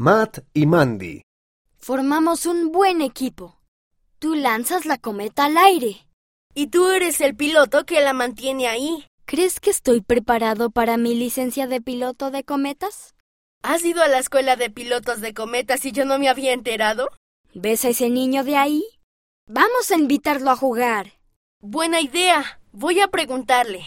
Matt y Mandy. Formamos un buen equipo. Tú lanzas la cometa al aire. Y tú eres el piloto que la mantiene ahí. ¿Crees que estoy preparado para mi licencia de piloto de cometas? ¿Has ido a la escuela de pilotos de cometas y yo no me había enterado? ¿Ves a ese niño de ahí? Vamos a invitarlo a jugar. Buena idea. Voy a preguntarle.